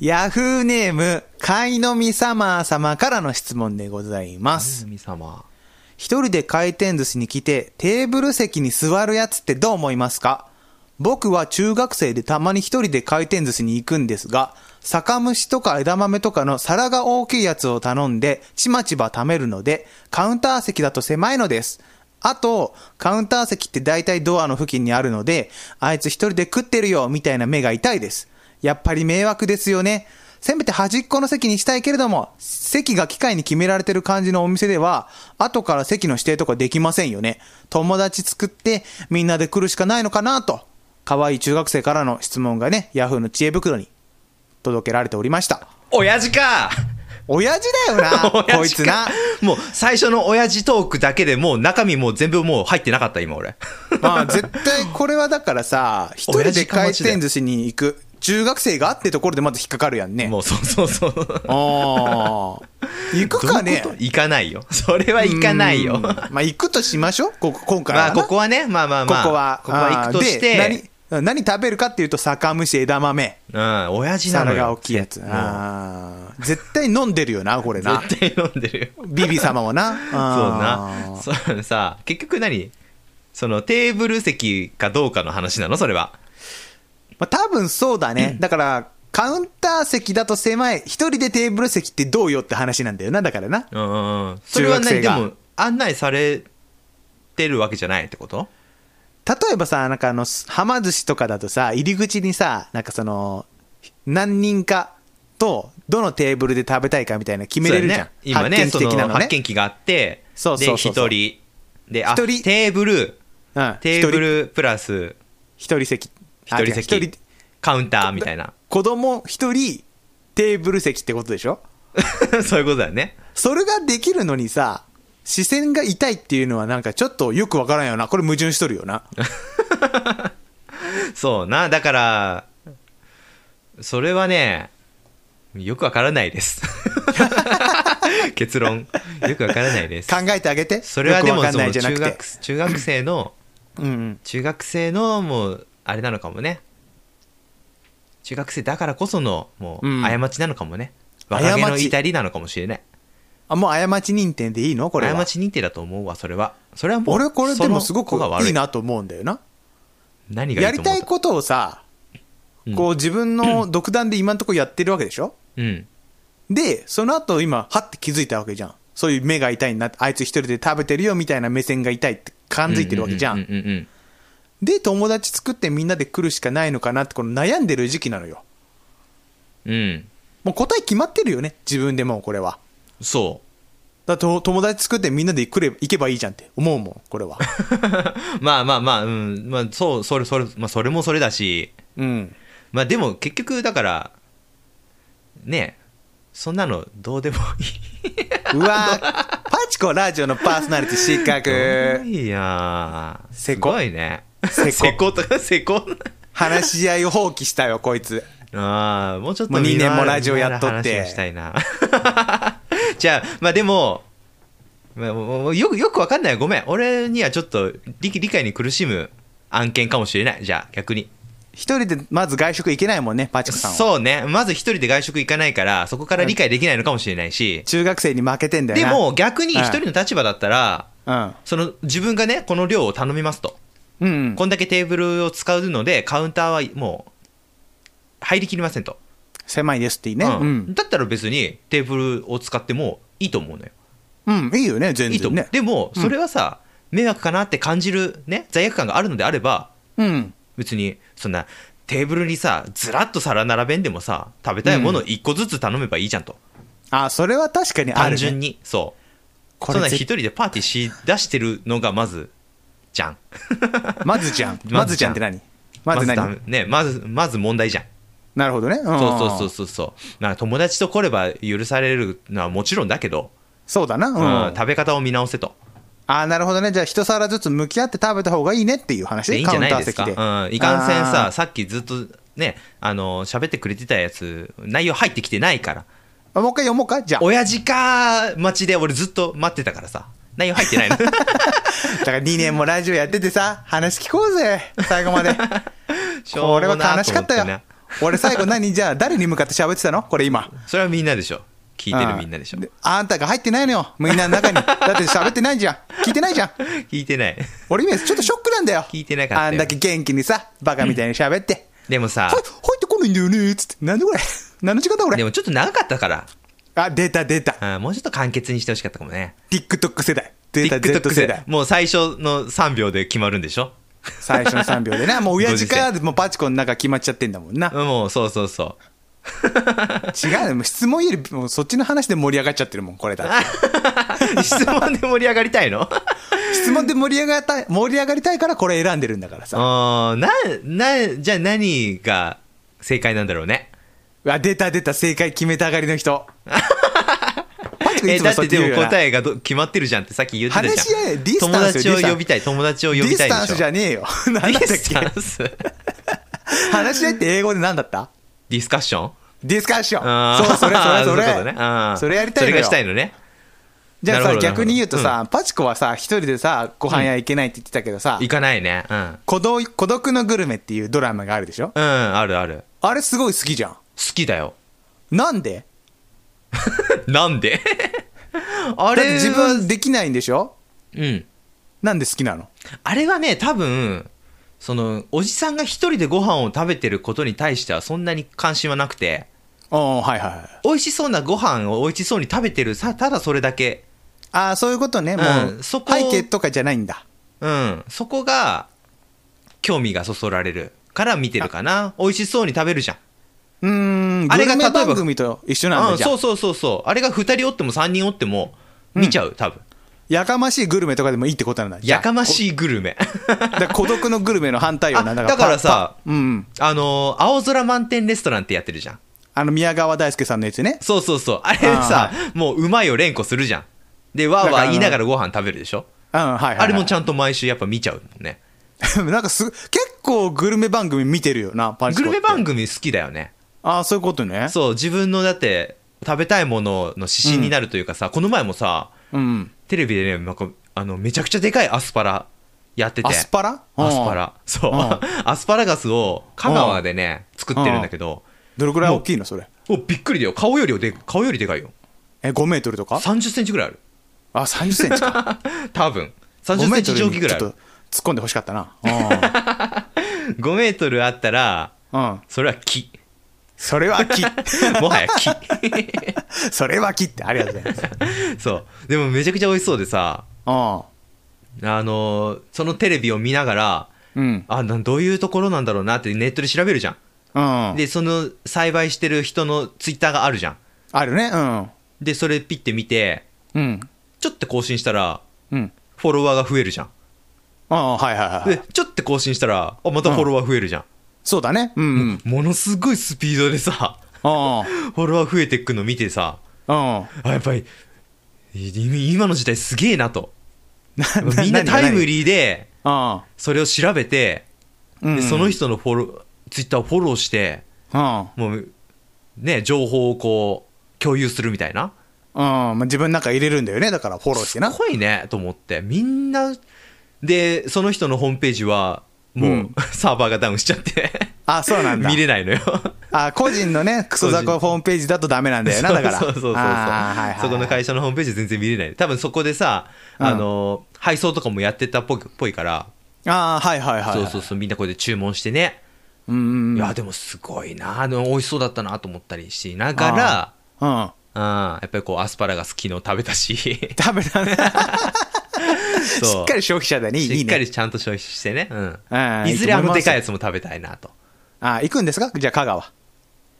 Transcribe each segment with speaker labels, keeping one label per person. Speaker 1: ヤフーネーム、かいのみさま様からの質問でございます。
Speaker 2: 泉様。
Speaker 1: 一人で回転寿司に来てテーブル席に座るやつってどう思いますか僕は中学生でたまに一人で回転寿司に行くんですが、酒蒸しとか枝豆とかの皿が大きいやつを頼んで、ちまちま貯めるので、カウンター席だと狭いのです。あと、カウンター席って大体ドアの付近にあるので、あいつ一人で食ってるよ、みたいな目が痛いです。やっぱり迷惑ですよね。せめて端っこの席にしたいけれども、席が機械に決められてる感じのお店では、後から席の指定とかできませんよね。友達作って、みんなで来るしかないのかなと。可愛い中学生からの質問がね、ヤフーの知恵袋に届けられておりました。
Speaker 2: 親父か
Speaker 1: 親父だよな、
Speaker 2: 親父か
Speaker 1: こいつな。
Speaker 2: もう最初の親父トークだけでもう中身もう全部もう入ってなかった今俺。
Speaker 1: まあ絶対これはだからさ、一人
Speaker 2: 親
Speaker 1: で
Speaker 2: 父か
Speaker 1: 回
Speaker 2: マジで
Speaker 1: 転寿司に行く中学生がってところでまず引っかかるやんね。
Speaker 2: もうそうそうそう。
Speaker 1: ああ。行くかね
Speaker 2: どういうこと行かないよ。それは行かないよ。
Speaker 1: うんまあ行くとしましょう、ここ今回は
Speaker 2: まあ
Speaker 1: な。
Speaker 2: ここはね、まあまあまあ。
Speaker 1: ここは。
Speaker 2: ここは行くとし
Speaker 1: あー
Speaker 2: て
Speaker 1: で。何、何食べるかっていうと、酒蒸し、枝豆、
Speaker 2: うん、親父なの
Speaker 1: 皿
Speaker 2: よ。
Speaker 1: が大きいやつ。あー絶対飲んでるよな、これな。
Speaker 2: 絶対飲んでるよ。
Speaker 1: ビビ様は な。あー
Speaker 2: そうな。そうさ、結局何そのテーブル席かどうかの話なのそれは。
Speaker 1: まあ、多分そうだね。だから、カウンター席だと狭い。一人でテーブル席ってどうよって話なんだよな、だからな。
Speaker 2: うんうんうん。それは
Speaker 1: 中学生
Speaker 2: 何で
Speaker 1: が
Speaker 2: も案内されてるわけじゃないってこと
Speaker 1: 例えばさ、なんかあの、はま寿司とかだとさ、入り口にさ、なんかその、何人かと、どのテーブルで食べたいかみたいな決めれるじゃん。
Speaker 2: そうやね今ね、
Speaker 1: 発
Speaker 2: そ
Speaker 1: 見
Speaker 2: の
Speaker 1: 的なのね
Speaker 2: 発。見機があって、
Speaker 1: そうそうそうそう
Speaker 2: で、一人。で、あ、
Speaker 1: 一人
Speaker 2: テーブル、
Speaker 1: うん
Speaker 2: テーブルプラス、
Speaker 1: 一人席。
Speaker 2: 一人席
Speaker 1: あ違う一人
Speaker 2: カウンターみたいな。
Speaker 1: 子供一人、テーブル席ってことでしょ
Speaker 2: そういうことだよね。
Speaker 1: それができるのにさ、視線が痛いっていうのはなんかちょっとよくわからんよな。これ矛盾しとるよ な。
Speaker 2: そうな、だから、それはね、よくわからない です。結論、よくわからないです。
Speaker 1: 考えてあげて。
Speaker 2: それはで
Speaker 1: よく
Speaker 2: も、
Speaker 1: わかん
Speaker 2: そ
Speaker 1: な
Speaker 2: の
Speaker 1: いじゃな
Speaker 2: 中
Speaker 1: くて
Speaker 2: 学。中学生の、
Speaker 1: うんうん。
Speaker 2: 中学生の、もう、あれなのかもね。中学生だからこその、もう、
Speaker 1: うん
Speaker 2: 過ちなのかもね。
Speaker 1: 過ち
Speaker 2: 若気の至りなのかもしれない。
Speaker 1: あ、もう過ち認定でいいのこれは。
Speaker 2: 過ち認定だと思うわ、それは。それはもう、
Speaker 1: 俺これでもすご
Speaker 2: そ
Speaker 1: く
Speaker 2: の子が悪
Speaker 1: いいなと思うんだよな。
Speaker 2: 何がい
Speaker 1: や
Speaker 2: いと
Speaker 1: り
Speaker 2: 思う
Speaker 1: たいことをさ、
Speaker 2: うん
Speaker 1: こう自分の独断で今のところやってるわけでしょ
Speaker 2: うん。
Speaker 1: で、その後今、はって気づいたわけじゃん。そういう目が痛いなって、あいつ一人で食べてるよみたいな目線が痛いって感づいてるわけじゃ。
Speaker 2: うんんうんうんうん
Speaker 1: で、友達作ってみんなで来るしかないのかなって、この悩んでる時期なのよ。
Speaker 2: うん。うん。
Speaker 1: もう答え決まってるよね。自分でもうこれは。
Speaker 2: そう。
Speaker 1: だと友達作ってみんなで来れ行けばいいじゃんって思うもん、これは。
Speaker 2: まあまあまあ、うん、まあ、そう、それ、それ、まあ、それもそれだし、
Speaker 1: うん。
Speaker 2: まあでも結局、だから、ねえ、そんなのどうでも
Speaker 1: う わーパチコラジオのパーソナリティ失格。
Speaker 2: いい。いいやー
Speaker 1: せ
Speaker 2: す
Speaker 1: こ
Speaker 2: ごいね。
Speaker 1: せこ
Speaker 2: せことか、せこ。
Speaker 1: 話し合いを放棄したよ、こいつ。
Speaker 2: ああ、もうちょっと
Speaker 1: もう二年も
Speaker 2: 身のある
Speaker 1: ラジオやっとって
Speaker 2: 身のある話をしたいな。 じゃあ、まあでも、まあ、もうよく、よくわかんない。ごめん。俺にはちょっと理理解に苦しむ案件かもしれない。じゃあ、逆に。
Speaker 1: 一人でまず外食行けないもんね、パチコさんは。
Speaker 2: そうね。まず一人で外食行かないから、そこから理解できないのかもしれないし。
Speaker 1: 中学生に負けてんだよ
Speaker 2: で
Speaker 1: な。
Speaker 2: も、逆に一人の立場だったら、
Speaker 1: うん。
Speaker 2: その自分がね、この量を頼みますと。
Speaker 1: うんうん。
Speaker 2: こんだけテーブルを使うので、カウンターはもう、入りきりませんと。
Speaker 1: 狭いですっていいね。う
Speaker 2: うん
Speaker 1: ん。
Speaker 2: だったら別にテーブルを使ってもいいと思うのよ。
Speaker 1: うん、いいよね、全
Speaker 2: いいと
Speaker 1: 然
Speaker 2: 思う
Speaker 1: ね。。
Speaker 2: でも、それはさ、迷惑かなって感じるね、罪悪感があるのであれば、
Speaker 1: うん。
Speaker 2: 別に、そんな、テーブルにさ、ずらっと皿並べんでもさ、食べたいもの1個ずつ頼めばいいじゃんと。
Speaker 1: あ、それは確かにある、ね。
Speaker 2: 単純に。そう。
Speaker 1: こ
Speaker 2: そんな
Speaker 1: れ
Speaker 2: ん一
Speaker 1: ぜ、
Speaker 2: 人でパーティーし出してるのがまずじゃん
Speaker 1: まずじゃん。ま
Speaker 2: ま
Speaker 1: ず
Speaker 2: ず
Speaker 1: じ
Speaker 2: じ
Speaker 1: ゃ
Speaker 2: ゃ
Speaker 1: んっ
Speaker 2: ん
Speaker 1: て何まず
Speaker 2: ダ
Speaker 1: 何
Speaker 2: メねまずまず問題じゃん
Speaker 1: なるほどね。うん
Speaker 2: そうそうそう。そうそうなんか友達と来れば許されるのはもちろんだけど、
Speaker 1: そうだな。
Speaker 2: うん
Speaker 1: うん。
Speaker 2: 食べ方を見直せと
Speaker 1: あ、なるほどね。じゃあ、一皿ずつ向き合って食べた方がいいねっていう話
Speaker 2: でいいんじゃないですか
Speaker 1: カウンター
Speaker 2: う
Speaker 1: 席
Speaker 2: ん、
Speaker 1: で。
Speaker 2: いかんせん
Speaker 1: あ
Speaker 2: さ
Speaker 1: ー。
Speaker 2: さっきずっとねあの喋ってくれてたやつ内容入ってきてないから
Speaker 1: あもう一回読もうかじゃあ。
Speaker 2: 親父か待ちで俺ずっと待ってたからさ内容入ってな いの
Speaker 1: だから2年もラジオやっててさ、話聞こうぜ。最後まで。
Speaker 2: しょ
Speaker 1: こ
Speaker 2: う
Speaker 1: れ
Speaker 2: も
Speaker 1: は
Speaker 2: な
Speaker 1: 悲しかったよ
Speaker 2: と思てね。
Speaker 1: 俺最後何じゃあ誰に向かって喋ってたのこれ今
Speaker 2: それはみんなでしょ 聞いてるみんなでしょ
Speaker 1: うあんたが入ってないのよみんなの 中にだって喋ってないじゃん聞いてないじゃん
Speaker 2: 聞いてない
Speaker 1: 俺今ちょっとショックなんだよ
Speaker 2: 聞いてなかったよ
Speaker 1: あんだけ元気にさバカみたいに喋って、
Speaker 2: でもさ
Speaker 1: はい入ってこないんだよねーっつってなんでこれ何の時間だこ
Speaker 2: で
Speaker 1: れ
Speaker 2: もちょっと長かったから
Speaker 1: あ出た出た
Speaker 2: あーもうちょっと簡潔にしてほしかったかもね
Speaker 1: TikTok 世代出た Z
Speaker 2: TikTok
Speaker 1: 世
Speaker 2: で
Speaker 1: 代
Speaker 2: もう最初の3秒で決まるんでしょ
Speaker 1: 最初の3秒 でねもう親父から
Speaker 2: ご
Speaker 1: でもうパチコンの中決まっちゃってんだもんな
Speaker 2: もうそうそ うそう
Speaker 1: 違うよもう質問よりもうそっちの話で盛り上がっちゃってるもんこれだって
Speaker 2: 質問で盛り上がりたい の
Speaker 1: 質問で盛り上がったい盛り上がりたいからこれ選んでるんだからさ
Speaker 2: あーな、な、じゃあ何が正解なんだろうね。
Speaker 1: あ出た出た正解決めたがりの人 パチコン
Speaker 2: え
Speaker 1: いつも
Speaker 2: だって
Speaker 1: そっち
Speaker 2: で
Speaker 1: 言う
Speaker 2: も
Speaker 1: よな
Speaker 2: 答えがど決まってるじゃんってさっき言ってたじゃん。
Speaker 1: 話し合えディスタンスよ
Speaker 2: 友達を呼びたい、友達を呼
Speaker 1: ディ
Speaker 2: びた
Speaker 1: ス
Speaker 2: いで
Speaker 1: タン
Speaker 2: しょ。
Speaker 1: スじゃねえ よ何だったっ
Speaker 2: ディスタ
Speaker 1: け
Speaker 2: ンス
Speaker 1: 話し合いって英語で何だった
Speaker 2: ディスカッション
Speaker 1: ディスカッショ
Speaker 2: あ
Speaker 1: ン
Speaker 2: ー
Speaker 1: そうそれそれそ
Speaker 2: そういう
Speaker 1: れ
Speaker 2: ことねあー
Speaker 1: それやりたい
Speaker 2: そ
Speaker 1: の
Speaker 2: れ
Speaker 1: よ
Speaker 2: がしたいのね。
Speaker 1: じゃあ
Speaker 2: なる
Speaker 1: さ
Speaker 2: ほどなるほど
Speaker 1: 逆に言うとさ、パチコはさ一人でさご飯屋行けないって言ってたけどさ、
Speaker 2: 行かないね。うん。うん、
Speaker 1: 孤独孤独のグルメっていうドラマがあるでしょ
Speaker 2: あるある。
Speaker 1: あれすごい好きじゃん
Speaker 2: 好きだよ。
Speaker 1: なんで
Speaker 2: なんで あ
Speaker 1: だって
Speaker 2: れは
Speaker 1: 自分できないんでしょ
Speaker 2: うん。
Speaker 1: なんで好きなの
Speaker 2: あれはね、多分、その、おじさんが一人でご飯を食べてることに対してはそんなに関心はなくて、
Speaker 1: うんはいはいはい
Speaker 2: 美味しそうなご飯を美味しそうに食べてるさただそれだけ
Speaker 1: ああそういうことね、も
Speaker 2: う
Speaker 1: うん背
Speaker 2: そこを
Speaker 1: 景とかじゃないんだ
Speaker 2: うんそこが興味がそそられるから見てるかな美味しそうに食べるじゃん
Speaker 1: うーん
Speaker 2: あ
Speaker 1: あ
Speaker 2: れ
Speaker 1: れ
Speaker 2: が
Speaker 1: が
Speaker 2: 例えば
Speaker 1: 番組と一緒なん
Speaker 2: う
Speaker 1: だ
Speaker 2: ん
Speaker 1: じゃ
Speaker 2: そ
Speaker 1: ん
Speaker 2: うそうそうそうあれが2人おっても3人おっても見ちゃう、多分
Speaker 1: やかましいグルメとかでもいいってことなんだ
Speaker 2: やかま
Speaker 1: い
Speaker 2: しいグルメ
Speaker 1: 孤独のグルメの反対はなんだ
Speaker 2: あ だからさ
Speaker 1: パパうん
Speaker 2: あのー青空満点レストランってやってるじゃん
Speaker 1: あの宮川大輔さんのやつね
Speaker 2: そうそうそうあれ
Speaker 1: あー
Speaker 2: さもううまいを連呼するじゃんでわーわー言いながらご飯食べるでしょ
Speaker 1: うんはいはい、はい、
Speaker 2: あれもちゃんと毎週やっぱ見ちゃうもんね
Speaker 1: なんかす結構グルメ番組見てるよなパチコ
Speaker 2: グルメ番
Speaker 1: 組
Speaker 2: 組好きだよね
Speaker 1: ああそういうことね
Speaker 2: そう自分のだって食べたいものの指針になるというかさ、この前もさ
Speaker 1: うん
Speaker 2: テレビでねなんかあのめちゃくちゃでかいアスパラやってて
Speaker 1: アスパラ
Speaker 2: アスパラそう
Speaker 1: うん
Speaker 2: アスパラガスを香川でね作ってるんだけど
Speaker 1: どれくらい大きいのそれ
Speaker 2: おびっくりだよ顔よりで顔よりでかいよ
Speaker 1: え5メートルとか
Speaker 2: 3 0ンチぐらいある
Speaker 1: あ30センチ か
Speaker 2: 多分3
Speaker 1: 5
Speaker 2: 0
Speaker 1: メ
Speaker 2: ン
Speaker 1: ート
Speaker 2: チ
Speaker 1: ル
Speaker 2: 上
Speaker 1: に
Speaker 2: 記
Speaker 1: ち
Speaker 2: ぐ
Speaker 1: ょ
Speaker 2: ら
Speaker 1: っ
Speaker 2: い
Speaker 1: と突っ込んでほしかったなう
Speaker 2: 5メートルあったら
Speaker 1: んうん
Speaker 2: それは木
Speaker 1: それは木
Speaker 2: もはや木
Speaker 1: それは木ってありがとうございます
Speaker 2: そうでもめちゃくちゃ美味しそうでさあのーそのテレビを見ながら
Speaker 1: うんうん
Speaker 2: あなんどういうところなんだろうなってネットで調べるじゃん
Speaker 1: うん
Speaker 2: でその栽培してる人のツイッターがあるじゃん
Speaker 1: あるねうん
Speaker 2: でそれピッて見て
Speaker 1: うん
Speaker 2: ちょっと更新したら
Speaker 1: うん
Speaker 2: フォロワーが増えるじゃん
Speaker 1: ああはいはいはいは
Speaker 2: で
Speaker 1: い
Speaker 2: ちょっと更新したらあまたフォロワー増えるじゃん、
Speaker 1: そうだねうんうん
Speaker 2: ものすごいスピードでさ
Speaker 1: うん
Speaker 2: フォロワー増えてくの見てさ
Speaker 1: うん
Speaker 2: あやっぱりい今の時代すげえなとみんな
Speaker 1: 何が
Speaker 2: タイムリーで
Speaker 1: 何
Speaker 2: それを調べて、
Speaker 1: うんうん
Speaker 2: でその人のフォロツイッターをフォローして
Speaker 1: うん
Speaker 2: もうね情報をこう共有するみたいな
Speaker 1: うん、まあ、自分の中入れるんだよねだからフォローしてな
Speaker 2: すごいねと思ってみんなでその人のホームページはもう、
Speaker 1: うん
Speaker 2: サーバーがダウンしちゃって
Speaker 1: あそうなんだ
Speaker 2: 見れないのよ
Speaker 1: あ個人のねクソ雑魚ホームページだとダメなんだよなだから
Speaker 2: そうそうそうそう、
Speaker 1: あーはいはいはい
Speaker 2: そこの会社のホームページ全然見れない多分そこでさ、
Speaker 1: うん
Speaker 2: あの配送とかもやってたっぽいぽいから、
Speaker 1: ああはいはいはい
Speaker 2: そうそうそうみんなこれで注文してね、
Speaker 1: うんうんうん
Speaker 2: いやでもすごいなでも美味しそうだったなと思ったりしながら
Speaker 1: うん
Speaker 2: あやっぱりこうアスパラガス昨日食べた しし
Speaker 1: ダメだね しっかり消費者だねい
Speaker 2: し
Speaker 1: い
Speaker 2: っか
Speaker 1: ね
Speaker 2: りちゃんと消費してね、うん
Speaker 1: うん
Speaker 2: いずれあのでかい
Speaker 1: いい
Speaker 2: やつも食べたいなと
Speaker 1: あ行くんですかじゃあ香川あ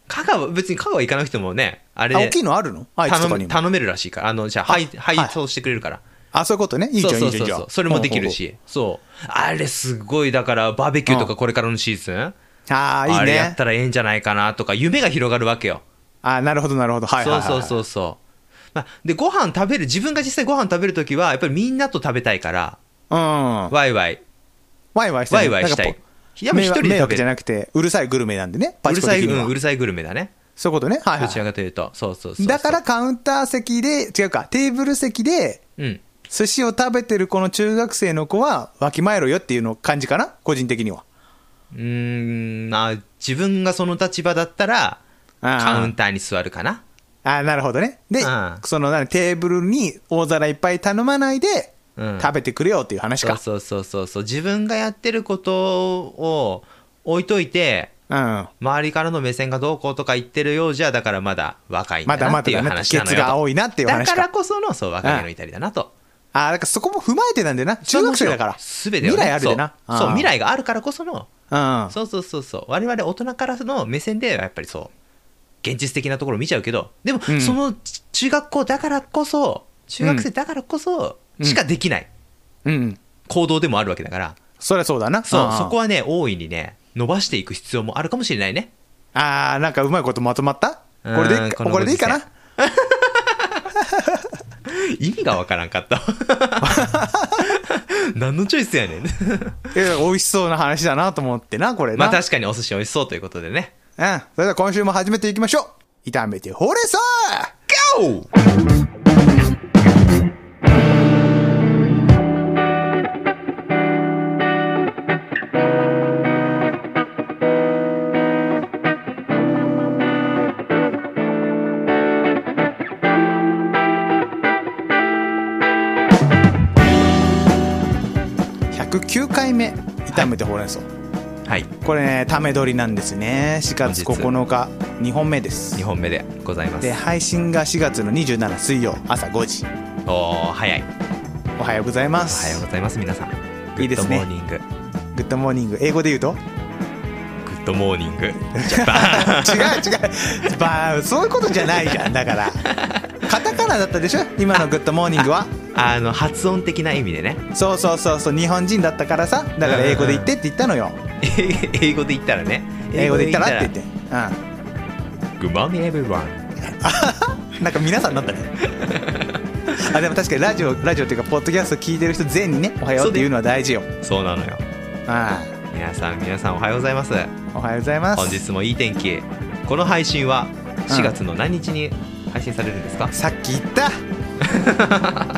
Speaker 2: 香川別に香川行かなくてもねあれで
Speaker 1: 大きいのあるのあいつとか
Speaker 2: 頼
Speaker 1: に
Speaker 2: む
Speaker 1: も
Speaker 2: 頼めるらしいからあのじゃあ
Speaker 1: あ
Speaker 2: 配
Speaker 1: はい
Speaker 2: 配送してくれるから
Speaker 1: あそういうことねいいじゃん
Speaker 2: そ
Speaker 1: いういじ
Speaker 2: そ
Speaker 1: ゃん
Speaker 2: う
Speaker 1: いいじゃ
Speaker 2: そうんそれもできる
Speaker 1: ほう
Speaker 2: しそうあれすごいだからバーベキューとかこれからのシーズン
Speaker 1: ほうほうああいい
Speaker 2: あれやっ
Speaker 1: ね
Speaker 2: たらええんじゃないかなとか夢が広がるわけよ
Speaker 1: あなるほどなるほどはいはい
Speaker 2: そ
Speaker 1: は
Speaker 2: う
Speaker 1: い
Speaker 2: そうそうそうまあでご飯食べる自分が実際ご飯食べるときはやっぱりみんなと食べたいから
Speaker 1: うんワ
Speaker 2: ワイワ
Speaker 1: イ
Speaker 2: イ
Speaker 1: ワイした
Speaker 2: ワ
Speaker 1: い
Speaker 2: イワイした
Speaker 1: なん
Speaker 2: い
Speaker 1: かこ
Speaker 2: やっぱ
Speaker 1: 迷
Speaker 2: 一人
Speaker 1: 惑
Speaker 2: で
Speaker 1: 迷
Speaker 2: 食べ
Speaker 1: 惑じゃ
Speaker 2: る
Speaker 1: なくてうるさいグルメなんでね
Speaker 2: う
Speaker 1: パ
Speaker 2: る
Speaker 1: チコ
Speaker 2: さ
Speaker 1: 的
Speaker 2: い、
Speaker 1: に
Speaker 2: う
Speaker 1: は
Speaker 2: ん、うるさいグルメだね
Speaker 1: そういうことねはいは
Speaker 2: ど
Speaker 1: い
Speaker 2: ちらかというとそうそうそうそう
Speaker 1: だからカウンター席で違うかテーブル席で
Speaker 2: うん
Speaker 1: 寿司を食べてるこの中学生の子はわきまえろよっていうの感じかな個人的には
Speaker 2: うーんまあ自分がその立場だったら
Speaker 1: あー
Speaker 2: カウンターに座るかな
Speaker 1: あーなるほどねで
Speaker 2: うん
Speaker 1: その何テーブルに大皿いっぱい頼まないで
Speaker 2: うん
Speaker 1: 食べてくれよっていう話
Speaker 2: そう
Speaker 1: か
Speaker 2: そうそうそうそう自分がやってることを置いといて
Speaker 1: うん
Speaker 2: 周りからの目線がどうこうとか言ってるようじゃだからまだ若いん
Speaker 1: ま
Speaker 2: だ
Speaker 1: だ
Speaker 2: な
Speaker 1: ま
Speaker 2: って
Speaker 1: だ
Speaker 2: いう
Speaker 1: だね
Speaker 2: 話な
Speaker 1: ケ
Speaker 2: の
Speaker 1: ツ
Speaker 2: よ
Speaker 1: が青いなっていう
Speaker 2: だ
Speaker 1: 話
Speaker 2: から
Speaker 1: か
Speaker 2: こそのそう若気の至りだなと
Speaker 1: ああだからそこも踏まえてなんだよな中学生だから
Speaker 2: すべてをね
Speaker 1: 未来あるでな
Speaker 2: そうそう
Speaker 1: うん
Speaker 2: 未来があるからこその
Speaker 1: うん
Speaker 2: そうそうそうそう我々大人からの目線ではやっぱりそう現実的なところを見ちゃうけどでも、
Speaker 1: うん
Speaker 2: そのち中学校だからこそ中学生だからこそ
Speaker 1: うん
Speaker 2: しかできない
Speaker 1: うん
Speaker 2: 行動でもあるわけだから、
Speaker 1: そりゃそうだな
Speaker 2: そうそこ
Speaker 1: は
Speaker 2: はね大いにね伸ばしていく必要もあるかもしれないね
Speaker 1: ああなんかうまいことまとまったこれでいいか
Speaker 2: うん
Speaker 1: これでいいか
Speaker 2: この
Speaker 1: な
Speaker 2: 意味がわからんかった 何のチョイス やねん
Speaker 1: いや美味しそうな話だなと思ってなこれ
Speaker 2: ま
Speaker 1: な
Speaker 2: あ確かにお寿司美味しそうということでね
Speaker 1: うん。それでは今週も始めていきましょう。炒めてほうれん草
Speaker 2: GO!
Speaker 1: 109回目、炒めてほうれん草。
Speaker 2: はい
Speaker 1: これね、ため撮りなんですね。4月
Speaker 2: 本日
Speaker 1: 9日、2本目です
Speaker 2: 2。本目でございます
Speaker 1: で、配信が4月の27水曜、朝5時。
Speaker 2: おー早い
Speaker 1: おはようございま
Speaker 2: おはよう
Speaker 1: す。
Speaker 2: ございます皆さん
Speaker 1: いいですね
Speaker 2: グッドモーニン
Speaker 1: グ
Speaker 2: グ
Speaker 1: ッドモーニング。英語で言うと
Speaker 2: グッドモーニング
Speaker 1: 違う違う。ばあ、そういうことじゃないじゃん。だから。カタカナだったでしょ今のグッドモーニングは。
Speaker 2: あの発音的な意味でね
Speaker 1: そうそうそうそう。日本人だったからさ。だから英語で言ってって言ったのよ。
Speaker 2: 英語で言ったらね
Speaker 1: 英語で言ったらって言って。うん。
Speaker 2: Good morning everyone
Speaker 1: なんか皆さんなったね。あでも確かにラジオラジオっていうかポッドキャスト聞いてる人全員にねおはようっていうのは大事よ。
Speaker 2: そうなのよ
Speaker 1: あ
Speaker 2: 皆さん皆さんおはようございます
Speaker 1: あおはようございます。
Speaker 2: 本日もいい天気この配信は4月の何日に配信されるんですか、
Speaker 1: さっき言った。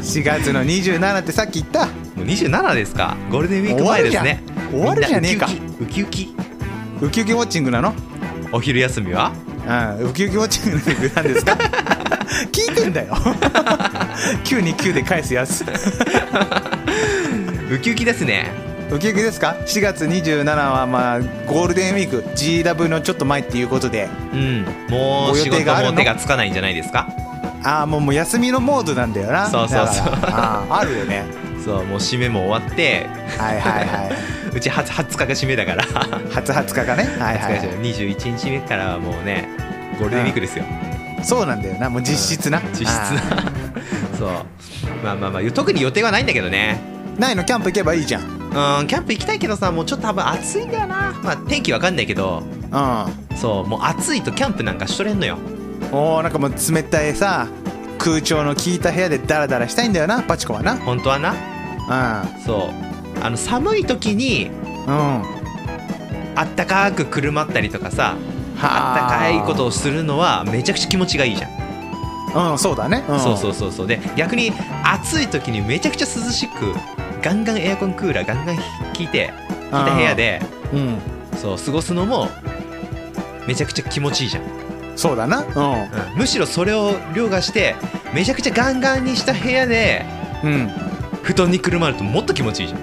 Speaker 1: 4月の27ってさっき言った。
Speaker 2: もう27ですかゴールデンウィーク前ですね
Speaker 1: 終わるじゃん終わるじゃね
Speaker 2: みんなウキウキウキウキ
Speaker 1: ウキウキウォッチングなの？
Speaker 2: お昼休みは
Speaker 1: うんウキウキウォッチングなん ですか？聞いてん だよ。9に9で返すやつ。
Speaker 2: ウキウキですね
Speaker 1: ウキウキですか？4月27はまあゴールデンウィーク GW のちょっと前っていうことで、
Speaker 2: うんもう
Speaker 1: ご予
Speaker 2: 仕
Speaker 1: 定
Speaker 2: 事
Speaker 1: があるの
Speaker 2: も手がつかないんじゃないですか
Speaker 1: ああもうもう休みのモードなんだよな。
Speaker 2: そうそうそ
Speaker 1: だ
Speaker 2: う
Speaker 1: からあああるよね。
Speaker 2: そうもう締めも終わって
Speaker 1: はいはい は
Speaker 2: うち初20日が締めだから
Speaker 1: い。初20日がね。はいは
Speaker 2: 20日
Speaker 1: い。
Speaker 2: が締め21日目からはもうねゴールデンウィークですよ、
Speaker 1: そうなんだよな。もう実質な。
Speaker 2: 実質
Speaker 1: あ
Speaker 2: な そうまあまあまあ特に予定はないんだけどね
Speaker 1: ーないのキャンプ行けばいいじゃん。うん。
Speaker 2: うんキャンプ行きたいけどさもうちょっと多分暑いんだよなまあ天気わかんないけどそうもう暑いとキャンプなんかしとれんのよ
Speaker 1: おおなんかもう冷たいさ空調の効いた部屋でダラダラしたいんだよなパチコはな。
Speaker 2: 本当はな
Speaker 1: う
Speaker 2: そうあの寒い時に
Speaker 1: ん。うん。
Speaker 2: あったかくくるまったりとかさあったかいことをするのはめちゃくちゃ気持ちがいいじゃん
Speaker 1: と。うんそうだね。ん
Speaker 2: そうそうそうそうで逆に暑い時にめちゃくちゃ涼しくガンガンエアコンクーラーガンガン効いて効いた部屋で
Speaker 1: うん。
Speaker 2: そう過ごすのもめちゃくちゃ気持ちいいじゃん、
Speaker 1: そうだな。う
Speaker 2: うんむしろそれを凌駕してめちゃくちゃガンガンにした部屋で
Speaker 1: ん。うん。
Speaker 2: 布団にくるまるともっと気持ちいいじ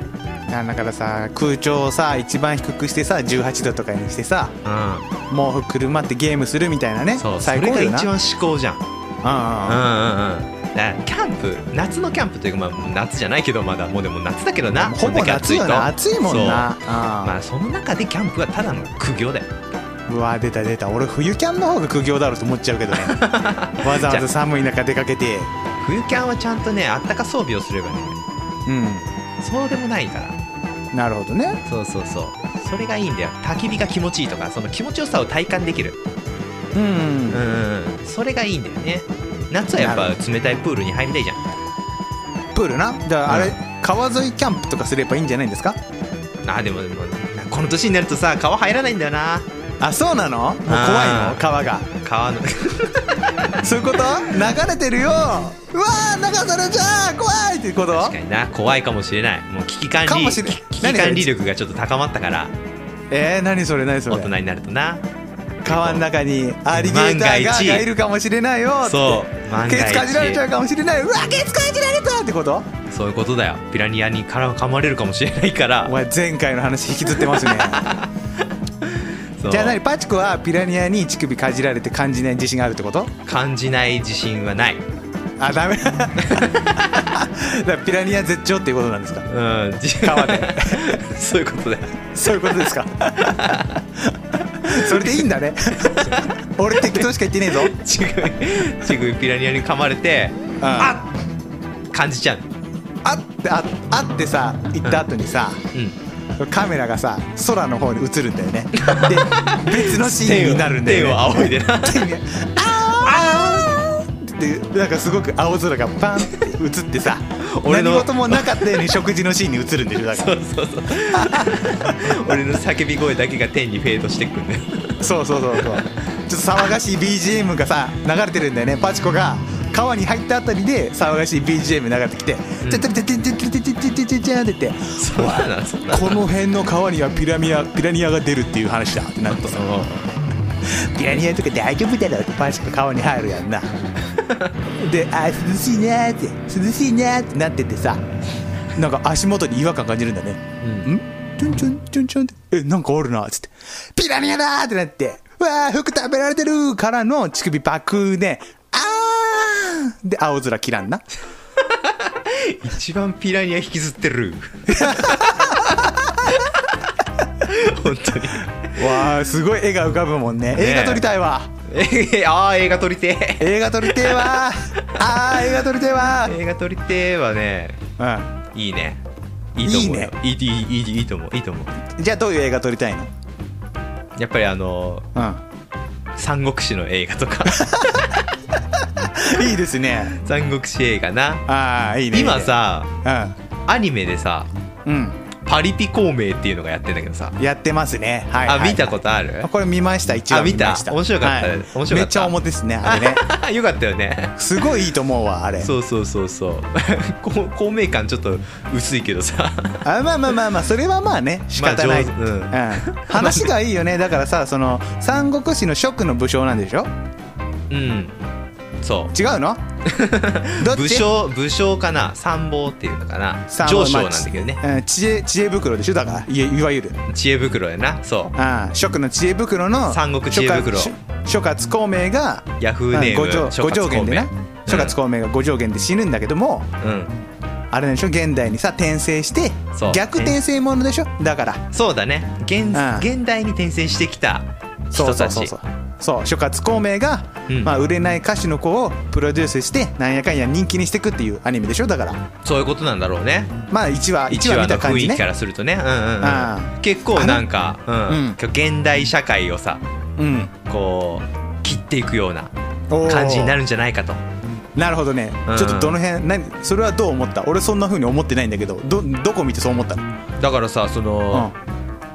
Speaker 1: あだからさ空調をさ一番低くしてさ18度とかにしてさ
Speaker 2: ゃん、うん、
Speaker 1: 毛布くるまってゲームするみたいなね
Speaker 2: そうそ
Speaker 1: 最
Speaker 2: れ
Speaker 1: 高
Speaker 2: が
Speaker 1: だ
Speaker 2: 一
Speaker 1: よな。
Speaker 2: 番至高じゃんうん
Speaker 1: うんうん。
Speaker 2: うんうんだからキャンプ夏のキャンプというか、まあ、もう夏じゃないけどまだもうでも夏だけどな
Speaker 1: ほぼ夏よな暑いもん
Speaker 2: そう
Speaker 1: な。うん
Speaker 2: まあその中でキャンプはただの苦行だよ
Speaker 1: うわ出た出た俺冬キャンの方が苦行だろうと思っちゃう けどねわざわざ寒い中出かけて
Speaker 2: 冬キャンはちゃんとねあったか装備をすればね
Speaker 1: うん
Speaker 2: そうでもないから
Speaker 1: なるほどね
Speaker 2: そうそうそうそれがいいんだよ焚き火が気持ちいいとかその気持ちよさを体感できる
Speaker 1: うん、
Speaker 2: うんうんうんそれがいいんだよね夏はやっ
Speaker 1: な
Speaker 2: ぱ冷たいプールに入りたいじゃん
Speaker 1: プールなだからあれ、
Speaker 2: うん
Speaker 1: 川沿いキャンプとかすればいいんじゃないんですか
Speaker 2: あーでもでもこの年になるとさ川入らないんだよな
Speaker 1: あそうなのもう怖い
Speaker 2: あ
Speaker 1: の
Speaker 2: ー
Speaker 1: 川が
Speaker 2: 川 の
Speaker 1: そういうこと流れて るようわー流されちゃう怖いってこと
Speaker 2: 確かにな怖いかもしれないもう危機管
Speaker 1: か
Speaker 2: 理
Speaker 1: もしれない
Speaker 2: 危機管理力がちょっと高まったから
Speaker 1: えー、何それ何そ
Speaker 2: 大
Speaker 1: れ
Speaker 2: 人になるとな
Speaker 1: 川の中にアリゲーターが
Speaker 2: 万が一
Speaker 1: がいるかもしれないよって
Speaker 2: そう万が
Speaker 1: ケ
Speaker 2: 一
Speaker 1: ツかじられちゃうかもしれないうわケツかじられたってこと
Speaker 2: そういうことだよピラニアにから噛まれるかもしれないか
Speaker 1: お
Speaker 2: ら
Speaker 1: 前前回の話引きずってますね
Speaker 2: そう
Speaker 1: じゃあ何パチコはピラニアに乳首かじられて感じない自信があるってこと
Speaker 2: 感じない自信はない、
Speaker 1: あダメ だからピラニア絶頂っていうことなんですか
Speaker 2: うん、自
Speaker 1: 川で
Speaker 2: そういうことだよ
Speaker 1: そういうことですかそれでいいんだね俺適当しか言ってねえぞ
Speaker 2: ちぐちぐピラニアに噛まれて
Speaker 1: あ
Speaker 2: あ感じちゃう
Speaker 1: あってああってさ行った後にさ、
Speaker 2: うん
Speaker 1: カメラがさ空の方に映るんだよねで別のシーンになるんだよ、ね、
Speaker 2: 手を仰いでな
Speaker 1: 手にあーってなんかすごく青空がパンって映ってさ
Speaker 2: 俺の
Speaker 1: 何事もなかったように食事のシーンに映るんでしょだか
Speaker 2: そうそうそう俺の叫び声だけが天にフェードしてくんだよ
Speaker 1: らそうそうそうそうちょっと騒がしい BGM がさ流れてるんだよねパチコが川に入ったあたりで騒がしい BGM 流れてきて「
Speaker 2: うん
Speaker 1: チャチャチャチャチャチャチャチャチャチャチャ」って言って
Speaker 2: そうなのそんな
Speaker 1: この辺の川にはピラミアピラニアが出るっていう話だってなるとさピラニアとか大丈夫だろってパンシッと川に入るや んなであー涼しいなーって涼しいなーってなっててさなんか足元に違和感感じるんだね、
Speaker 2: うん
Speaker 1: んチュンチュンチュンチュンってえなんかあるなーっつってピラニアだーってなってわー服食べられてるーからの乳首パクーねあーで青空切らん な
Speaker 2: 一番ピラニア引きずってる本当に
Speaker 1: わーすごい絵が浮かぶもんね
Speaker 2: ね
Speaker 1: 映画撮りたいわ、
Speaker 2: えーあー映画撮りてー
Speaker 1: 映画撮りてえ わーあー映画撮りてえわ
Speaker 2: 映画撮りてーはね
Speaker 1: ー、
Speaker 2: いいねいいと思うよいい,、いいいいいいと思ういいと思う
Speaker 1: うん、じゃあどういう映画撮りたいの
Speaker 2: やっぱりあの
Speaker 1: う
Speaker 2: 三国志の映画とか
Speaker 1: んいいですね
Speaker 2: 三国志映画な
Speaker 1: ああいいね
Speaker 2: 今さアニメでさ
Speaker 1: うん、
Speaker 2: パリピ孔明っていうのがやってんだけどさ
Speaker 1: うん、やってますねはい、
Speaker 2: あ
Speaker 1: はい、
Speaker 2: 見たことある
Speaker 1: あこれ見ました一応
Speaker 2: あ見た
Speaker 1: ました
Speaker 2: 面白かった面白かった
Speaker 1: めっちゃ重ですねあれ ね
Speaker 2: よかったよね
Speaker 1: すごいいいと思うわあれ
Speaker 2: そうそうそうそう こう透明感ちょっと薄いけどさ
Speaker 1: あまあまあまあまあそれはまあね 仕方ない、
Speaker 2: まあ上手うん
Speaker 1: うん、話がいいよねだからさその三国志の蜀の武将なんでしょ
Speaker 2: うんそう
Speaker 1: 違う のどっち
Speaker 2: 武将武将かな参謀っていうのかな
Speaker 1: さあ
Speaker 2: 上将
Speaker 1: まあ
Speaker 2: なんだけどね
Speaker 1: うん、知恵知恵袋でしょだからいえいわゆる
Speaker 2: 知恵袋やなそ
Speaker 1: ああ蜀の知恵袋の
Speaker 2: 三国知恵袋
Speaker 1: 諸葛諸葛孔明が
Speaker 2: うヤフーネーム
Speaker 1: うん五条
Speaker 2: 諸
Speaker 1: 五条
Speaker 2: 葛
Speaker 1: 元
Speaker 2: 孔
Speaker 1: で
Speaker 2: 明
Speaker 1: な諸葛孔明が五条元で死ぬんだけども、
Speaker 2: うん
Speaker 1: あれなんでしょ現代にさ転生して
Speaker 2: そう
Speaker 1: 逆転生ものでしょだから
Speaker 2: そうだね現
Speaker 1: ん
Speaker 2: 現代に転戦してきた
Speaker 1: そ
Speaker 2: 人
Speaker 1: うそ
Speaker 2: た
Speaker 1: うそう
Speaker 2: ち
Speaker 1: そうそう諸葛孔明が、
Speaker 2: うん
Speaker 1: まあ、売れない歌手の子をプロデュースしてなんやかんや人気にしていくっていうアニメでしょだから
Speaker 2: そういうことなんだろうね
Speaker 1: まあ1話
Speaker 2: 一
Speaker 1: 1話見
Speaker 2: 話の
Speaker 1: た感
Speaker 2: 雰
Speaker 1: じ
Speaker 2: 囲気か
Speaker 1: ね
Speaker 2: らするとねうんうん
Speaker 1: あ
Speaker 2: うん結構なんかうん
Speaker 1: うん
Speaker 2: 現代社会をさ
Speaker 1: うん
Speaker 2: こう切っていくような
Speaker 1: おー
Speaker 2: 感じになるんじゃないかと
Speaker 1: なるほどね、
Speaker 2: うん
Speaker 1: ちょっとどの辺何それはどう思った俺そんな風に思ってないんだけどどどこ見てそう思ったの
Speaker 2: だからさその、
Speaker 1: う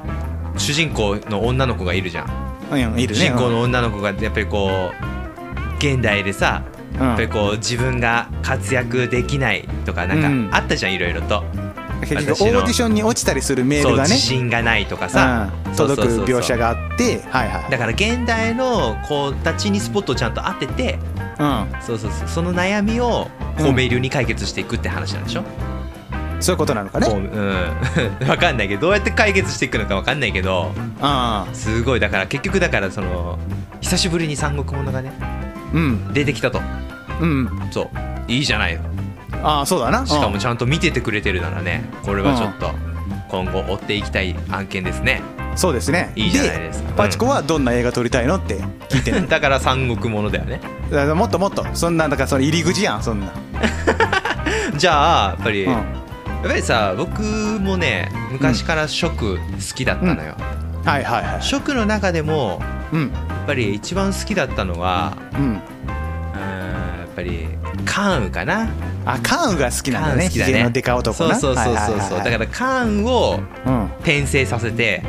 Speaker 2: 主人公の女の子がいるじゃん
Speaker 1: ん、うん、いる
Speaker 2: 主
Speaker 1: ね
Speaker 2: 人公
Speaker 1: うん
Speaker 2: の女の子がやっぱりこう現代でさ、
Speaker 1: うん
Speaker 2: やっぱりこう自分が活躍できないとか
Speaker 1: う
Speaker 2: なん
Speaker 1: ん
Speaker 2: かあったじゃんいろいろと、
Speaker 1: 結局オ
Speaker 2: 私の
Speaker 1: ーディションに落ちたりするメー
Speaker 2: そう
Speaker 1: ルがね
Speaker 2: 自信がないとかさ、
Speaker 1: うん
Speaker 2: そう
Speaker 1: 届く
Speaker 2: そうそうそう
Speaker 1: 描写があってはいはい
Speaker 2: だから現代の子たちにスポットをちゃんと当てて
Speaker 1: うん
Speaker 2: そうそうそうその悩みを孔明流に解決していくって話なんでしょ、
Speaker 1: そういうことなのかね
Speaker 2: こううん、分かん ないけどどうやって解決していくのか分かんないけど
Speaker 1: う
Speaker 2: すごいだから結局だからその久しぶりに三国物がね
Speaker 1: ん
Speaker 2: 出てきたと
Speaker 1: うんうん
Speaker 2: そういいじゃないよ
Speaker 1: ああそうだな
Speaker 2: しかも
Speaker 1: うん
Speaker 2: ちゃんと見ててくれてるならねこれはちょっと今後追っていきたい案件ですね
Speaker 1: そうですね
Speaker 2: いいじゃないですかうん
Speaker 1: パチコはどんな映画撮りたいのって聞いてる
Speaker 2: だから三国ものだよね
Speaker 1: だからもっともっとそんなんだからその入り口やんそんな
Speaker 2: じゃあやっぱり、
Speaker 1: うん
Speaker 2: やっぱりさ僕もね昔から食好きだったのよ、
Speaker 1: はいはいはい
Speaker 2: 食の中でも
Speaker 1: うん
Speaker 2: やっぱり一番好きだったのは
Speaker 1: うん
Speaker 2: うーんやっぱり関羽かな
Speaker 1: あカーンが好きなんだ
Speaker 2: 関羽
Speaker 1: ね
Speaker 2: 好きだね
Speaker 1: ヒゲのデカ男
Speaker 2: そう
Speaker 1: な
Speaker 2: そうそうそうそう、
Speaker 1: はいはいはいはい
Speaker 2: だから関羽を
Speaker 1: うん
Speaker 2: 転生させて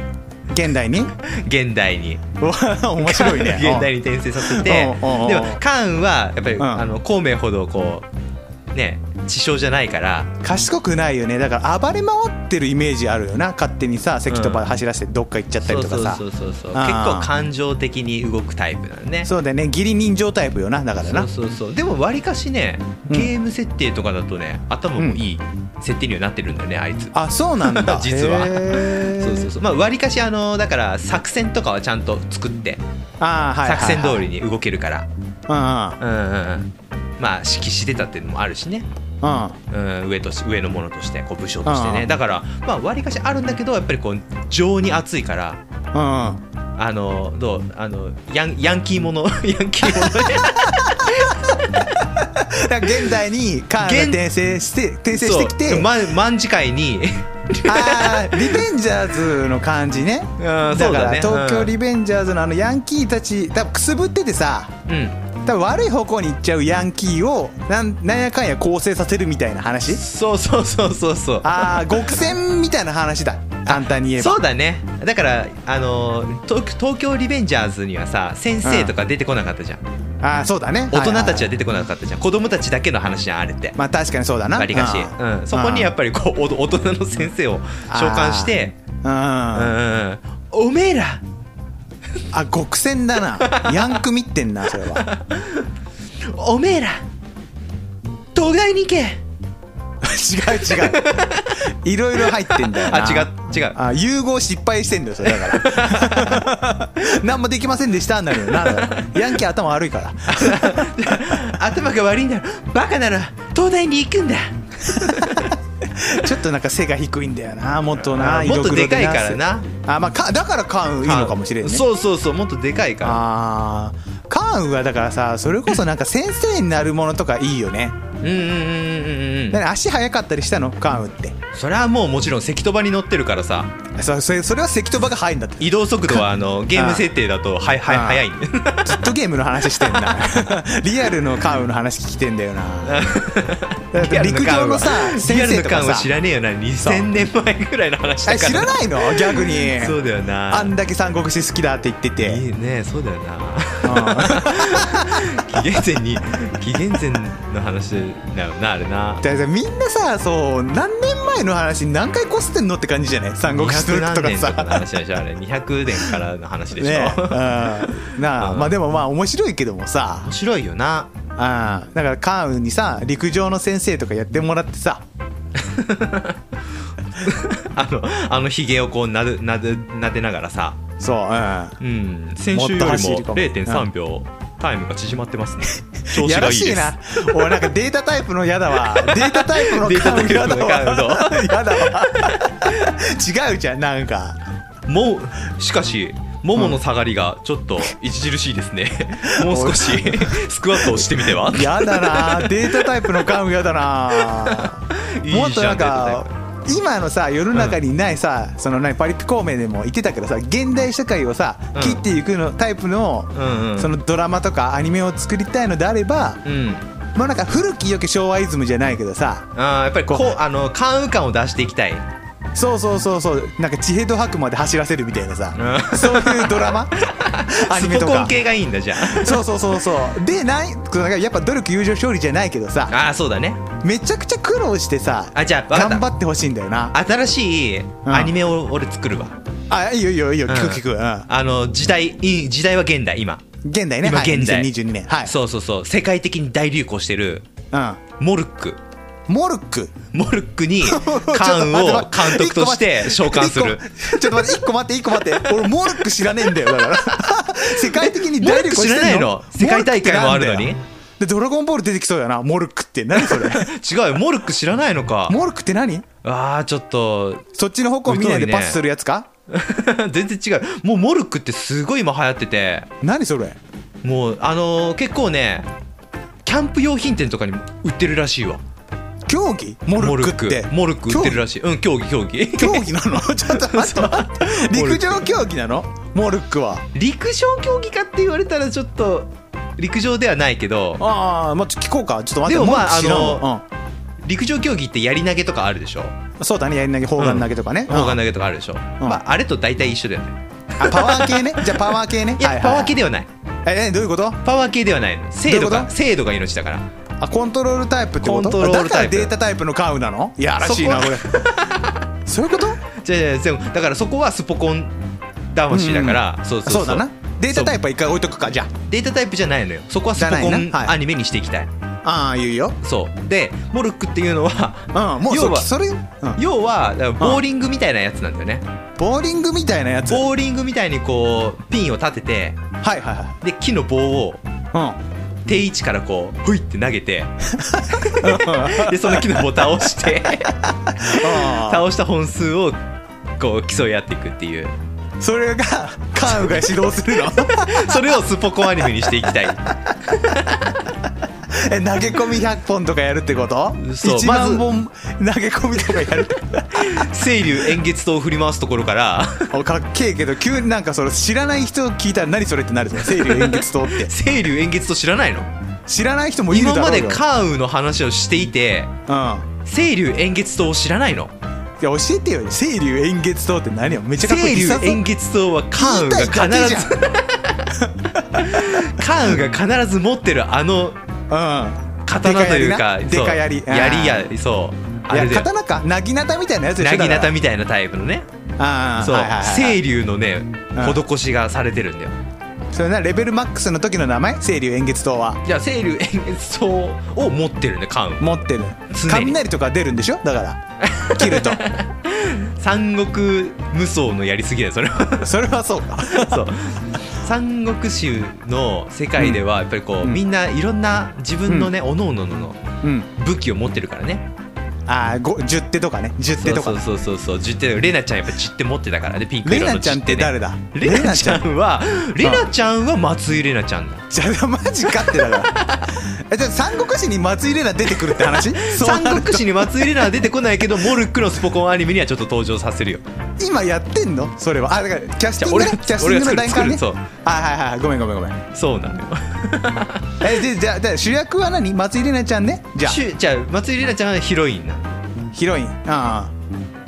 Speaker 1: 現代に
Speaker 2: 現代に
Speaker 1: うわ面白 いね
Speaker 2: 現代に転生させてで
Speaker 1: うんうんうん
Speaker 2: もカーンはやっぱり、
Speaker 1: うん
Speaker 2: あの孔明ほどこうね地消じゃないから
Speaker 1: 賢くないよねだから暴れ回ってるイメージあるよな勝手にさ関とば走らせてどっか行っちゃったりとかさ、
Speaker 2: そうそうそうそうそう
Speaker 1: あ
Speaker 2: 結
Speaker 1: ー
Speaker 2: 構感情的に動くタイプなんね
Speaker 1: そうだよね義理人情タイプよなだからな
Speaker 2: そうそうそうでもわりかしね
Speaker 1: うん
Speaker 2: ゲーム設定とかだとね、頭もいい設定にはなってるんだよねあいつ
Speaker 1: あそうなんだ
Speaker 2: 実は
Speaker 1: へー
Speaker 2: そうそうそうまあわりかしあのだから作戦とかはちゃんと作って
Speaker 1: あー、はいはいはい、
Speaker 2: 作戦通りに動けるか
Speaker 1: う
Speaker 2: ら、
Speaker 1: ん
Speaker 2: うんうんうんまあ指揮してたっていうのもあるしね、
Speaker 1: うんうん
Speaker 2: うん、上とし上の者としてこう武将として
Speaker 1: う
Speaker 2: ね
Speaker 1: ん
Speaker 2: だからまあわりかしあるんだけどやっぱりこう情に熱いから
Speaker 1: うんうん
Speaker 2: あのどうあのヤンヤンキーもの ヤンキーもの
Speaker 1: だ
Speaker 2: ね
Speaker 1: から現代にカーンが
Speaker 2: 現
Speaker 1: 転生して転生してきて、
Speaker 2: そうま卍 会に
Speaker 1: あーリベンジャーズの感じね
Speaker 2: うんそう
Speaker 1: だから
Speaker 2: ね
Speaker 1: 東京リベンジャーズのあのヤンキーたち多分くすぶっててさ
Speaker 2: うん、うん
Speaker 1: 多分悪い方向に行っちゃうヤンキーをなんなんやかんや構成させるみたいな話
Speaker 2: そうそうそうそうそう
Speaker 1: ああ極戦みたいな話だ簡単に言えば
Speaker 2: そうだねだからあの東東京リベンジャーズにはさ先生とか出てこなかったじゃん、
Speaker 1: あーそうだね
Speaker 2: 大人たち
Speaker 1: は
Speaker 2: は出てこなかったじゃん、子供たちだけの話じゃんあれって
Speaker 1: いはいはいまあ確かにそうだな
Speaker 2: わりかし、
Speaker 1: う
Speaker 2: うん、そこにやっぱりこうお大人の先生を召喚して
Speaker 1: ん、うん、
Speaker 2: うん
Speaker 1: あ
Speaker 2: うんおめえら
Speaker 1: 極戦だ なヤンクみってんなそれは
Speaker 2: おめえら東大に行け
Speaker 1: 違う違ういろいろ入ってんだよ
Speaker 2: あ
Speaker 1: な
Speaker 2: 違う違う
Speaker 1: あ融合失敗してんだよそれだから 何もできませんでしたになるよなヤンキー頭悪いから
Speaker 2: 頭が悪いんだろバカなら東大に行くんだ
Speaker 1: ちょっとなんか背が低いんだよなもっとな
Speaker 2: あーもっとでかいから
Speaker 1: 色黒
Speaker 2: な
Speaker 1: あまあかだからカーンいいのかもしれんね
Speaker 2: そうそうそうもっとでかいから
Speaker 1: あーカーンはだからさそれこそなんか先生になるものとかいいよね
Speaker 2: うんうんうんうんうん
Speaker 1: だから足速かったりしたのカーンって
Speaker 2: それはもうもちろん関戸場に乗ってるからさ
Speaker 1: そそれそれは関とばが速いんだって
Speaker 2: 移動速度はあのゲーム設定だとはいはい
Speaker 1: ああ
Speaker 2: 早いんで
Speaker 1: ずっとゲームの話してん なリアルのカーンの話聞きてんだよなだって陸上のさ先
Speaker 2: リアル
Speaker 1: 生
Speaker 2: の
Speaker 1: と
Speaker 2: 感
Speaker 1: か
Speaker 2: は
Speaker 1: さ
Speaker 2: 知らねえよな2000年前ぐらいの話だ
Speaker 1: え
Speaker 2: から
Speaker 1: 知らないの逆に
Speaker 2: そうだよ
Speaker 1: あ
Speaker 2: なん
Speaker 1: だけ三国志好きだって言って
Speaker 2: い
Speaker 1: て
Speaker 2: いねそうだよ
Speaker 1: う
Speaker 2: な
Speaker 1: ん
Speaker 2: 紀元前に紀元前の話だよなあれな
Speaker 1: だからみんなさそう何年前の話何回こすってんのって感じじゃない三国志
Speaker 2: 200
Speaker 1: と
Speaker 2: 何
Speaker 1: か
Speaker 2: 年と
Speaker 1: さ
Speaker 2: かの話でしょあれ200年からの話でしょ、
Speaker 1: ねえ、うんなあ、
Speaker 2: うん
Speaker 1: まあでもまあ面白いけどもさ
Speaker 2: 面白いよな
Speaker 1: あだからカーンにさ陸上の先生とかやってもらってさ
Speaker 2: あのあのひげをこうなでなでなでながらさ
Speaker 1: そう、うん、
Speaker 2: うん先週
Speaker 1: もっ
Speaker 2: よりも
Speaker 1: と走り込む
Speaker 2: 0.3秒タイムが縮まってますね調 子
Speaker 1: や
Speaker 2: がいい
Speaker 1: ら
Speaker 2: です
Speaker 1: しいな俺なんかデータタイプのやだわデータタイプの
Speaker 2: デー
Speaker 1: カ
Speaker 2: タ
Speaker 1: ーンや
Speaker 2: タイプ
Speaker 1: だ
Speaker 2: の
Speaker 1: わ
Speaker 2: カーンどう
Speaker 1: やだわ違うじゃんなんか
Speaker 2: もうしかしももの下がりがちょっと著しいですね、もう少し スクワットをしてみては
Speaker 1: やだなデータタイプのカーンやだなもっとなんか今のさ世の中にないさ、その何パリピ孔明でも言ってたけどさ現代社会をさ、
Speaker 2: うん
Speaker 1: 切っていくのタイプの、
Speaker 2: うんうん
Speaker 1: そのドラマとかアニメを作りたいのであれば、
Speaker 2: うん
Speaker 1: まあなんか古き良き昭和イズムじゃないけどさ
Speaker 2: あーやっぱりこうあの関羽感を出していきたい
Speaker 1: そうそうそうそうなんか地平と白まで走らせるみたいなさ、
Speaker 2: う
Speaker 1: そういうドラ マアニメと
Speaker 2: スポコ
Speaker 1: か
Speaker 2: ン系がいいんだじゃ
Speaker 1: そうそうそうそうでないなんかやっぱ努力友情勝利じゃないけどさ
Speaker 2: ああーそうだね
Speaker 1: めちゃくちゃ苦労してさ
Speaker 2: あじゃあ分か
Speaker 1: 頑
Speaker 2: っ
Speaker 1: 張ってほしいんだよな
Speaker 2: た新しい
Speaker 1: ん
Speaker 2: アニメを俺作るわ、
Speaker 1: あいいよいいよいいよ
Speaker 2: うん
Speaker 1: 聞く聞く、うん
Speaker 2: あの時代い時代は現代今、
Speaker 1: 現代ね
Speaker 2: 今現代
Speaker 1: はい、2022年はい
Speaker 2: そうそうそう世界的に大流行してる
Speaker 1: うん
Speaker 2: モルック
Speaker 1: モルック
Speaker 2: モルック に
Speaker 1: ちょっと
Speaker 2: 関
Speaker 1: 待って待
Speaker 2: 羽を
Speaker 1: って
Speaker 2: 監督として召喚する
Speaker 1: 一個ちょっと待って一個待って一個待って俺モルック知らねえんだよだから 世界的に大力
Speaker 2: モルック知らないの世界大会もあるのに
Speaker 1: でドラゴンボール出てきそうやなモルックって何 それ
Speaker 2: 違うよモルック知らないのか
Speaker 1: モルックって何
Speaker 2: あーちょっと
Speaker 1: そっちの方向見ないで
Speaker 2: 疎いね
Speaker 1: パスするやつか、
Speaker 2: 全然違うもうモルックってすごい今流行ってて
Speaker 1: 何それ
Speaker 2: もうあのー結構ねキャンプ用品店とかにも売ってるらしいわ
Speaker 1: 競技モルックって
Speaker 2: モルックモルック売ってるらしいうん競技競技
Speaker 1: 競技競技な のちょっと待って待って
Speaker 2: そう
Speaker 1: 陸上競技なのモルックは
Speaker 2: 陸上競技かって言われたらちょっと陸上ではないけど
Speaker 1: ああまあちょっと聞こうかちょっと待って
Speaker 2: でもま
Speaker 1: モ
Speaker 2: あ
Speaker 1: ルック知らん
Speaker 2: あ
Speaker 1: わ
Speaker 2: 陸上競技ってやり投げとかあるでしょ
Speaker 1: うん、そうだねやり投げ砲丸投げとかね、
Speaker 2: 砲丸投げとかあるでしょ、まあ、あれと大体一緒だよね
Speaker 1: あパワー系ねじゃあパワー系ね
Speaker 2: いや、パワー系
Speaker 1: で
Speaker 2: ではない
Speaker 1: ええどういうこと
Speaker 2: パワー系ではないの精
Speaker 1: ど
Speaker 2: 度
Speaker 1: ういう
Speaker 2: が
Speaker 1: こ
Speaker 2: 精度が命だから
Speaker 1: あコントロールタイプってこと
Speaker 2: コントロールタイプ
Speaker 1: だからデータタイプのカウなのいやらしいなこ
Speaker 2: そ
Speaker 1: れそういうこと
Speaker 2: じゃあじゃあでもだからそこはスポコン魂だから、そうそうそう
Speaker 1: だなデータタイプは一回置いとくかじゃ
Speaker 2: データタイプじゃないのよそこはスポ
Speaker 1: じゃ
Speaker 2: コ
Speaker 1: ない
Speaker 2: ン
Speaker 1: なはい
Speaker 2: アニメにしていきたい
Speaker 1: あああ言うよ
Speaker 2: そうでモルックっていうのは、
Speaker 1: うんもう
Speaker 2: 要
Speaker 1: そ
Speaker 2: は
Speaker 1: それ、うん、
Speaker 2: 要はだからボーリングみたいなやつなんだよね、
Speaker 1: ボーリングみたいなやつはい
Speaker 2: ボーリングみたいにこうピンを立てて
Speaker 1: はいは
Speaker 2: で木の棒を
Speaker 1: い
Speaker 2: 定位置からこうふいって投げ て
Speaker 1: うん
Speaker 2: でその木の棒を倒して
Speaker 1: あ
Speaker 2: 倒した本数をこう競い合っていくっていう
Speaker 1: ーそれがカウが指導する の
Speaker 2: それをスポコンアニメにしていきたい
Speaker 1: え投げ込み100本とかやるってこと
Speaker 2: そう
Speaker 1: 1万本投げ込みとかや るって
Speaker 2: 清流円月刀を振り回すとこ ろから
Speaker 1: おかっけえけど急になんかそれ知らない人聞いたら何それってなるじゃん生理円月刀って
Speaker 2: 清流円月刀知らないの
Speaker 1: 知らない人もいるだ
Speaker 2: 今
Speaker 1: ろう
Speaker 2: まで
Speaker 1: よ
Speaker 2: カーウの話をしていて
Speaker 1: うん
Speaker 2: 清流円月刀を知らないの
Speaker 1: いや教えてよ清流円月刀って何よめっちゃかっこいい
Speaker 2: 清流
Speaker 1: 必殺
Speaker 2: 円月刀はカーウ
Speaker 1: 言いたいだ
Speaker 2: が
Speaker 1: け
Speaker 2: 必
Speaker 1: じゃん
Speaker 2: ず カーウが必ず持ってるあの
Speaker 1: うん
Speaker 2: 刀というか
Speaker 1: でかやり
Speaker 2: そ
Speaker 1: な
Speaker 2: う
Speaker 1: でかやり
Speaker 2: や
Speaker 1: あ
Speaker 2: りやそう
Speaker 1: ー
Speaker 2: あれ
Speaker 1: い
Speaker 2: で
Speaker 1: や刀かなぎなたみたいなやつでし
Speaker 2: な
Speaker 1: ょ
Speaker 2: ぎなた
Speaker 1: み
Speaker 2: みたいなタイプのね
Speaker 1: ああ
Speaker 2: そう
Speaker 1: はいはいはい
Speaker 2: 清流のね
Speaker 1: うん
Speaker 2: 施しがされてるんだよ
Speaker 1: それなレベルマックスの時の名前清流円月刀は
Speaker 2: じゃあ清流円月刀を持ってるねカーウ
Speaker 1: 持ってる
Speaker 2: 常に
Speaker 1: 雷とか出るんでしょだ から切ると
Speaker 2: 三国無双のやりすぎだよそれは
Speaker 1: それはそうか
Speaker 2: そう三国志の世界ではやっぱりこう、
Speaker 1: うん
Speaker 2: みんないろんな自分のね、おのおのの
Speaker 1: うん
Speaker 2: 武器を持ってるからね
Speaker 1: ああ10手とかね10手とか
Speaker 2: そうそうそうそう10手レナちゃんやっぱ10手持ってたからねピンク
Speaker 1: レ
Speaker 2: 色の
Speaker 1: ナ
Speaker 2: 10手、ね、
Speaker 1: ちゃんって誰だ
Speaker 2: レナちゃんはレ
Speaker 1: レナちゃん
Speaker 2: ナちゃんは松井レナちゃんだ
Speaker 1: じゃあマジかってだ からえじゃあ三国志に松井玲奈出てくるって話そう
Speaker 2: 三
Speaker 1: なる
Speaker 2: 国志に松井レナは出てこないけどモルックのスポコンアニメにはちょっと登場させるよ
Speaker 1: 今やってんのそれはあだからキャスティングね
Speaker 2: じゃあ俺
Speaker 1: キ
Speaker 2: が
Speaker 1: ャスティングの段階
Speaker 2: 俺
Speaker 1: ね
Speaker 2: が作る
Speaker 1: あはいはいはいごめんごめんごめん
Speaker 2: そうなのよ
Speaker 1: えでじゃあじゃあ主役は何松井玲奈ちゃんね じゃ
Speaker 2: しゅじゃあ松井レナちゃんはヒロインなの
Speaker 1: あヒロインああ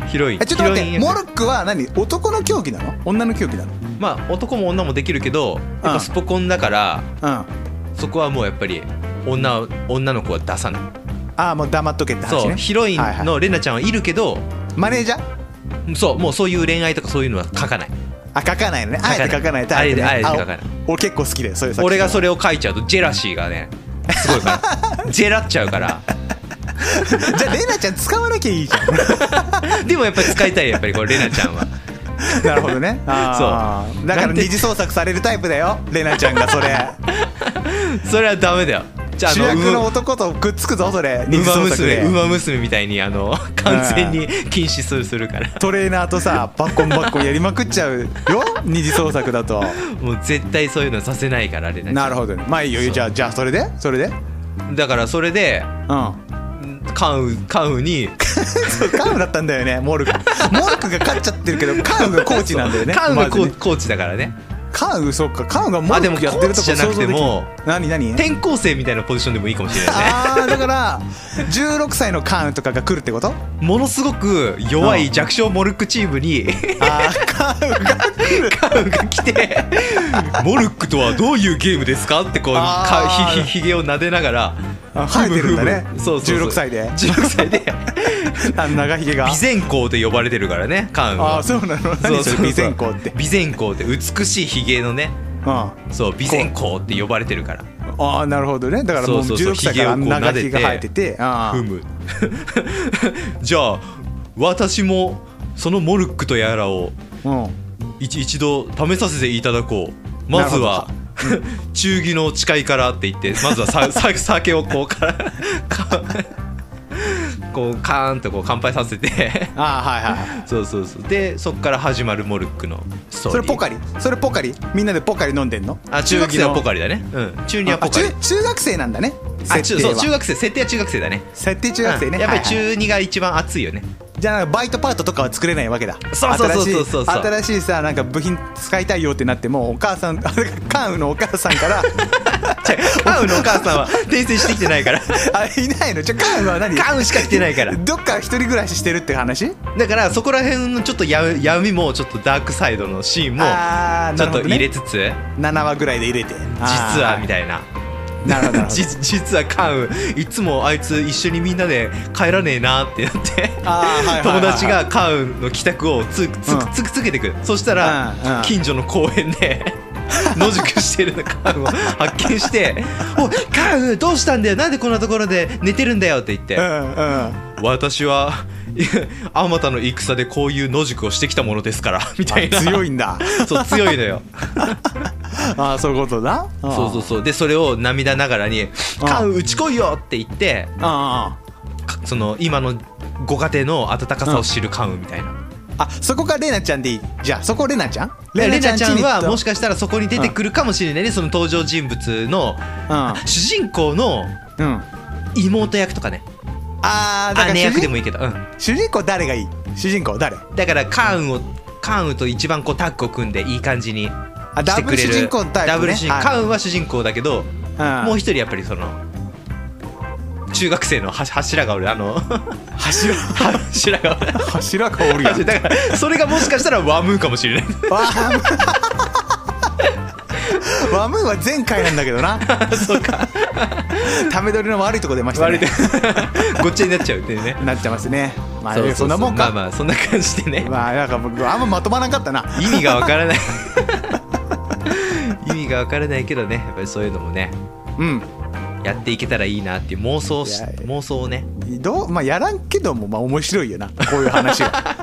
Speaker 2: ヒロイン
Speaker 1: えちょっと待っ
Speaker 2: ヒロイ
Speaker 1: て
Speaker 2: ン
Speaker 1: モルックは何男の競技なの女の競技なの
Speaker 2: まあ男も女もできるけどやっぱスポコンだから
Speaker 1: うんあ
Speaker 2: そこはもうやっぱり女を女の子は出さない、
Speaker 1: あもう黙っとけって話
Speaker 2: そう
Speaker 1: ね
Speaker 2: ヒロイ
Speaker 1: はいは
Speaker 2: ン
Speaker 1: い
Speaker 2: のレナちゃんはいるけど、
Speaker 1: マネージャー
Speaker 2: そうもうそういう恋愛とかそういうのは書かない
Speaker 1: あ書かないのねあえて書かないタイプね
Speaker 2: あえてあえて書かない
Speaker 1: お俺結構好きだよそういう作品
Speaker 2: 俺がそれを書いちゃうとジェラシーがねすごいからジェラっちゃうから
Speaker 1: じゃあ玲奈ちゃん使わなきゃいいじゃん
Speaker 2: でもやっぱり使いたいやっぱりこれレナちゃ んは
Speaker 1: なるほど ね。あー
Speaker 2: そう
Speaker 1: だか
Speaker 2: な
Speaker 1: ら
Speaker 2: んて
Speaker 1: 二次創作されるタイプだよ、レナちゃんが それ。
Speaker 2: それはダメだよじゃああ
Speaker 1: 主役の
Speaker 2: の
Speaker 1: 男とくっつくぞ、それ。
Speaker 2: ウ
Speaker 1: 二次
Speaker 2: マ
Speaker 1: 創作
Speaker 2: 娘
Speaker 1: で
Speaker 2: ウ。マ娘みたいにあの完全に禁止するするから
Speaker 1: トレーナーとさ、バッコンバッコンやりまくっちゃうよ、二次創作だ と。
Speaker 2: もう絶対そういうのさせないからレナちゃ
Speaker 1: なるほどね。まあいいよ、じゃあ、じゃあそれでそれでうん。
Speaker 2: んだからそれでカウカウ に
Speaker 1: そうカウだったんだよね、モルク。モルクが勝っちゃってるけど、カウがコーチなんだよね。
Speaker 2: カウがコ,、
Speaker 1: まずね
Speaker 2: コーチだからね
Speaker 1: カウ、そっか、カウがモルクやってるとこ
Speaker 2: あでもコーチじゃなくても
Speaker 1: 想像できる何何
Speaker 2: 転校生みたいなポジションでもいいかも しれないね
Speaker 1: ああ、だから、16歳のカウとかが来るって こと
Speaker 2: ものすごく弱い弱小モルックチームに
Speaker 1: ああ、カウが来る。
Speaker 2: カウが来て 「モルックとはどういうゲームですか?」ってこうか
Speaker 1: あー
Speaker 2: ひひひげを撫でながら
Speaker 1: あ生えてるんだね
Speaker 2: ふむふむそうそうそう
Speaker 1: 16歳で
Speaker 2: 16歳で
Speaker 1: あの長ひげが
Speaker 2: 備前校と呼ばれてるからねカウン
Speaker 1: あ
Speaker 2: は
Speaker 1: あそうなの何それ備前校って
Speaker 2: 備前校って美しいひげのね
Speaker 1: うんあ
Speaker 2: そう備前校って呼ばれてるから
Speaker 1: あなるほどねだからもう
Speaker 2: そうそうそう
Speaker 1: 16歳からあの
Speaker 2: ひげをこう
Speaker 1: 長ひげが生えててあ
Speaker 2: ふむ じゃあ私もそのモルックとやらを
Speaker 1: あうん
Speaker 2: 一一度試させていただこうまずは 忠義の誓いからって言ってまず はささ酒をこうからかこうカーンとこう乾杯させて
Speaker 1: ああはいはいはい
Speaker 2: そうそうそうでそっから始まるモルックのストー
Speaker 1: そ
Speaker 2: リー
Speaker 1: れポカリそれポカリみんなでポカリ飲んでんの
Speaker 2: あ忠義のポ
Speaker 1: リ
Speaker 2: カリだねうん忠義はポカリ
Speaker 1: 中中学生なんだね
Speaker 2: あ
Speaker 1: 設
Speaker 2: 中
Speaker 1: 定
Speaker 2: そう中
Speaker 1: は
Speaker 2: 学生設定は中学生だね
Speaker 1: 設定中学生
Speaker 2: う
Speaker 1: ね
Speaker 2: んやっぱり
Speaker 1: はいはい
Speaker 2: 中二が一番熱 いよね
Speaker 1: じゃあなんかバイトパートとかは作れないわけだ
Speaker 2: そうそうそうそうそ
Speaker 1: 新
Speaker 2: う
Speaker 1: しい新しいさなんか部品使いたいよってなってもお母さん カウのお母さんから
Speaker 2: 違うカウンのお母さんは転生してきてないから
Speaker 1: あいないのちょカウは何
Speaker 2: カウンしか来てないから
Speaker 1: どっか一人暮らししてるって話
Speaker 2: だからそこら辺のちょっとや闇もちょっとダークサイドのシーンも
Speaker 1: あー
Speaker 2: ち
Speaker 1: な
Speaker 2: ょっと
Speaker 1: るほどね
Speaker 2: 入れつつ、
Speaker 1: 7話ぐらいで入れて
Speaker 2: 実はみ
Speaker 1: い
Speaker 2: たいな
Speaker 1: ななるほどなるほど
Speaker 2: じ実はカンウいつもあいつ一緒にみんなで帰らねえなってなって
Speaker 1: あーはいはいはいは
Speaker 2: 友
Speaker 1: い
Speaker 2: 達がカウンの帰宅をつくつ
Speaker 1: うん
Speaker 2: くつくつけてくるそしたら
Speaker 1: うんうん
Speaker 2: 近所の公園 で野宿してるカウンを発見して「おいカウンどうしたんだよなんでこんなところで寝てるんだよ」って言って
Speaker 1: うんうん
Speaker 2: 「私はいやあまたの戦でこういう野宿をしてきたものですから」みたいな
Speaker 1: あ強い
Speaker 2: い
Speaker 1: んだ
Speaker 2: そう強いのよ
Speaker 1: あ あそういうことだ
Speaker 2: そうそう
Speaker 1: う
Speaker 2: そうでそれを涙ながらに「
Speaker 1: あ
Speaker 2: カウンうち来いよ」って言って
Speaker 1: あ
Speaker 2: かその今のご家庭の温かさを知るカウンみたいな。
Speaker 1: ああそこがレナちゃんでいいじゃあそこレナちゃん
Speaker 2: レナちゃんはもし
Speaker 1: か
Speaker 2: かしたらそこに出てくるかもしれないね、その登場人物の主人公の
Speaker 1: うん、うん、
Speaker 2: 妹役とかね
Speaker 1: あーだから
Speaker 2: 姉
Speaker 1: 主
Speaker 2: 役で
Speaker 1: 人
Speaker 2: もいいけど、うん、
Speaker 1: 主人公誰がいい主人公誰
Speaker 2: だからカーンをカーンと一番こうタッグを組んでいい感じに
Speaker 1: あ
Speaker 2: し
Speaker 1: ダ
Speaker 2: て
Speaker 1: ブ
Speaker 2: く
Speaker 1: ル
Speaker 2: れ
Speaker 1: 主
Speaker 2: る
Speaker 1: 人公タイプ、ね、
Speaker 2: ダブル主人公
Speaker 1: はい
Speaker 2: カーンは主人公だけど、
Speaker 1: うん
Speaker 2: もう一人やっぱりその中学生のは柱がおるあの
Speaker 1: 柱
Speaker 2: 柱がおる
Speaker 1: 柱がおるやん
Speaker 2: だからそれがもしかしたらワムーかもしれない
Speaker 1: わあワムーは前回なんだけど な
Speaker 2: そうか
Speaker 1: ため取りの悪いとこ出ましたね
Speaker 2: 割れてごっちゃになっちゃうっていうね
Speaker 1: なっちゃいますねまあ
Speaker 2: ううう
Speaker 1: そんなもん
Speaker 2: まあ
Speaker 1: か
Speaker 2: まあそんな感じでね
Speaker 1: まあなんか僕あんままとまらんかったな
Speaker 2: 意味がわからない 意味がわからないけどねやっぱりそういうのもね
Speaker 1: うん
Speaker 2: やっていけたらいいなっていう妄想し
Speaker 1: いやいや
Speaker 2: 妄想をね
Speaker 1: どうまあやらんけどもまあ面白いよなこういう話 が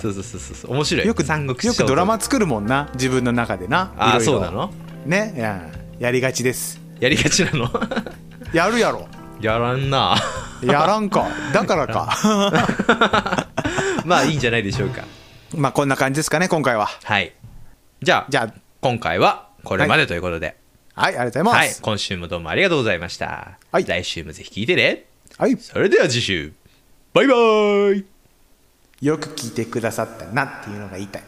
Speaker 2: そうそうそうそう面白い
Speaker 1: よく
Speaker 2: 三国志
Speaker 1: よくドラ
Speaker 2: 小
Speaker 1: マ作るもんな自分の中でな
Speaker 2: ああ
Speaker 1: いろい
Speaker 2: そ
Speaker 1: ろ
Speaker 2: うなの
Speaker 1: ねいややりがちです
Speaker 2: やりがちなの
Speaker 1: やるやろ
Speaker 2: やらんな
Speaker 1: やらんかだからか
Speaker 2: まあいいんじゃないでしょうか
Speaker 1: まあこんな感じですかね今回は
Speaker 2: はいじゃあ
Speaker 1: じゃ
Speaker 2: 今回はこれまでということで、
Speaker 1: あはいありがとうござ
Speaker 2: はいい
Speaker 1: ます
Speaker 2: 今週もどうもありがとうございました、
Speaker 1: はい
Speaker 2: 来週もぜひ聞いてね
Speaker 1: はい、
Speaker 2: それでは次週バイバーイ
Speaker 1: よく聞いてくださったなっていうのが言いたい